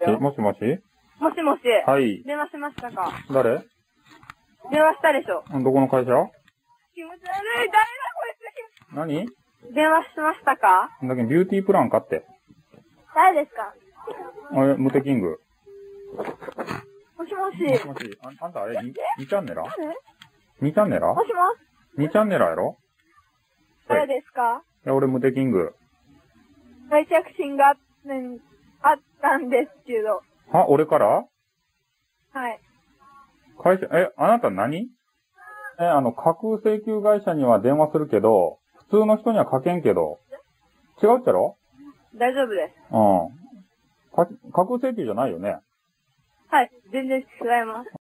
えもしもしもしもし。はい。電話しましたか誰ん電話したでしょどこの会社気持ち悪い。誰だこ何いつ。電話しましたかだけどビューティープラン買って。誰ですかあれ、ムテキング。もしもし。もしもし、ああんたあれ、に2チャンネラ誰 ?2 チャンネラもしもし。 ?2 チャンネラやろ誰ですかいや、俺ムテキング。大着信があったんあったんですけど。は俺からはい。会社、え、あなた何え、あの、架空請求会社には電話するけど、普通の人にはかけんけど、違うっちゃろ大丈夫です。うん。か架空請求じゃないよね。はい。全然違います。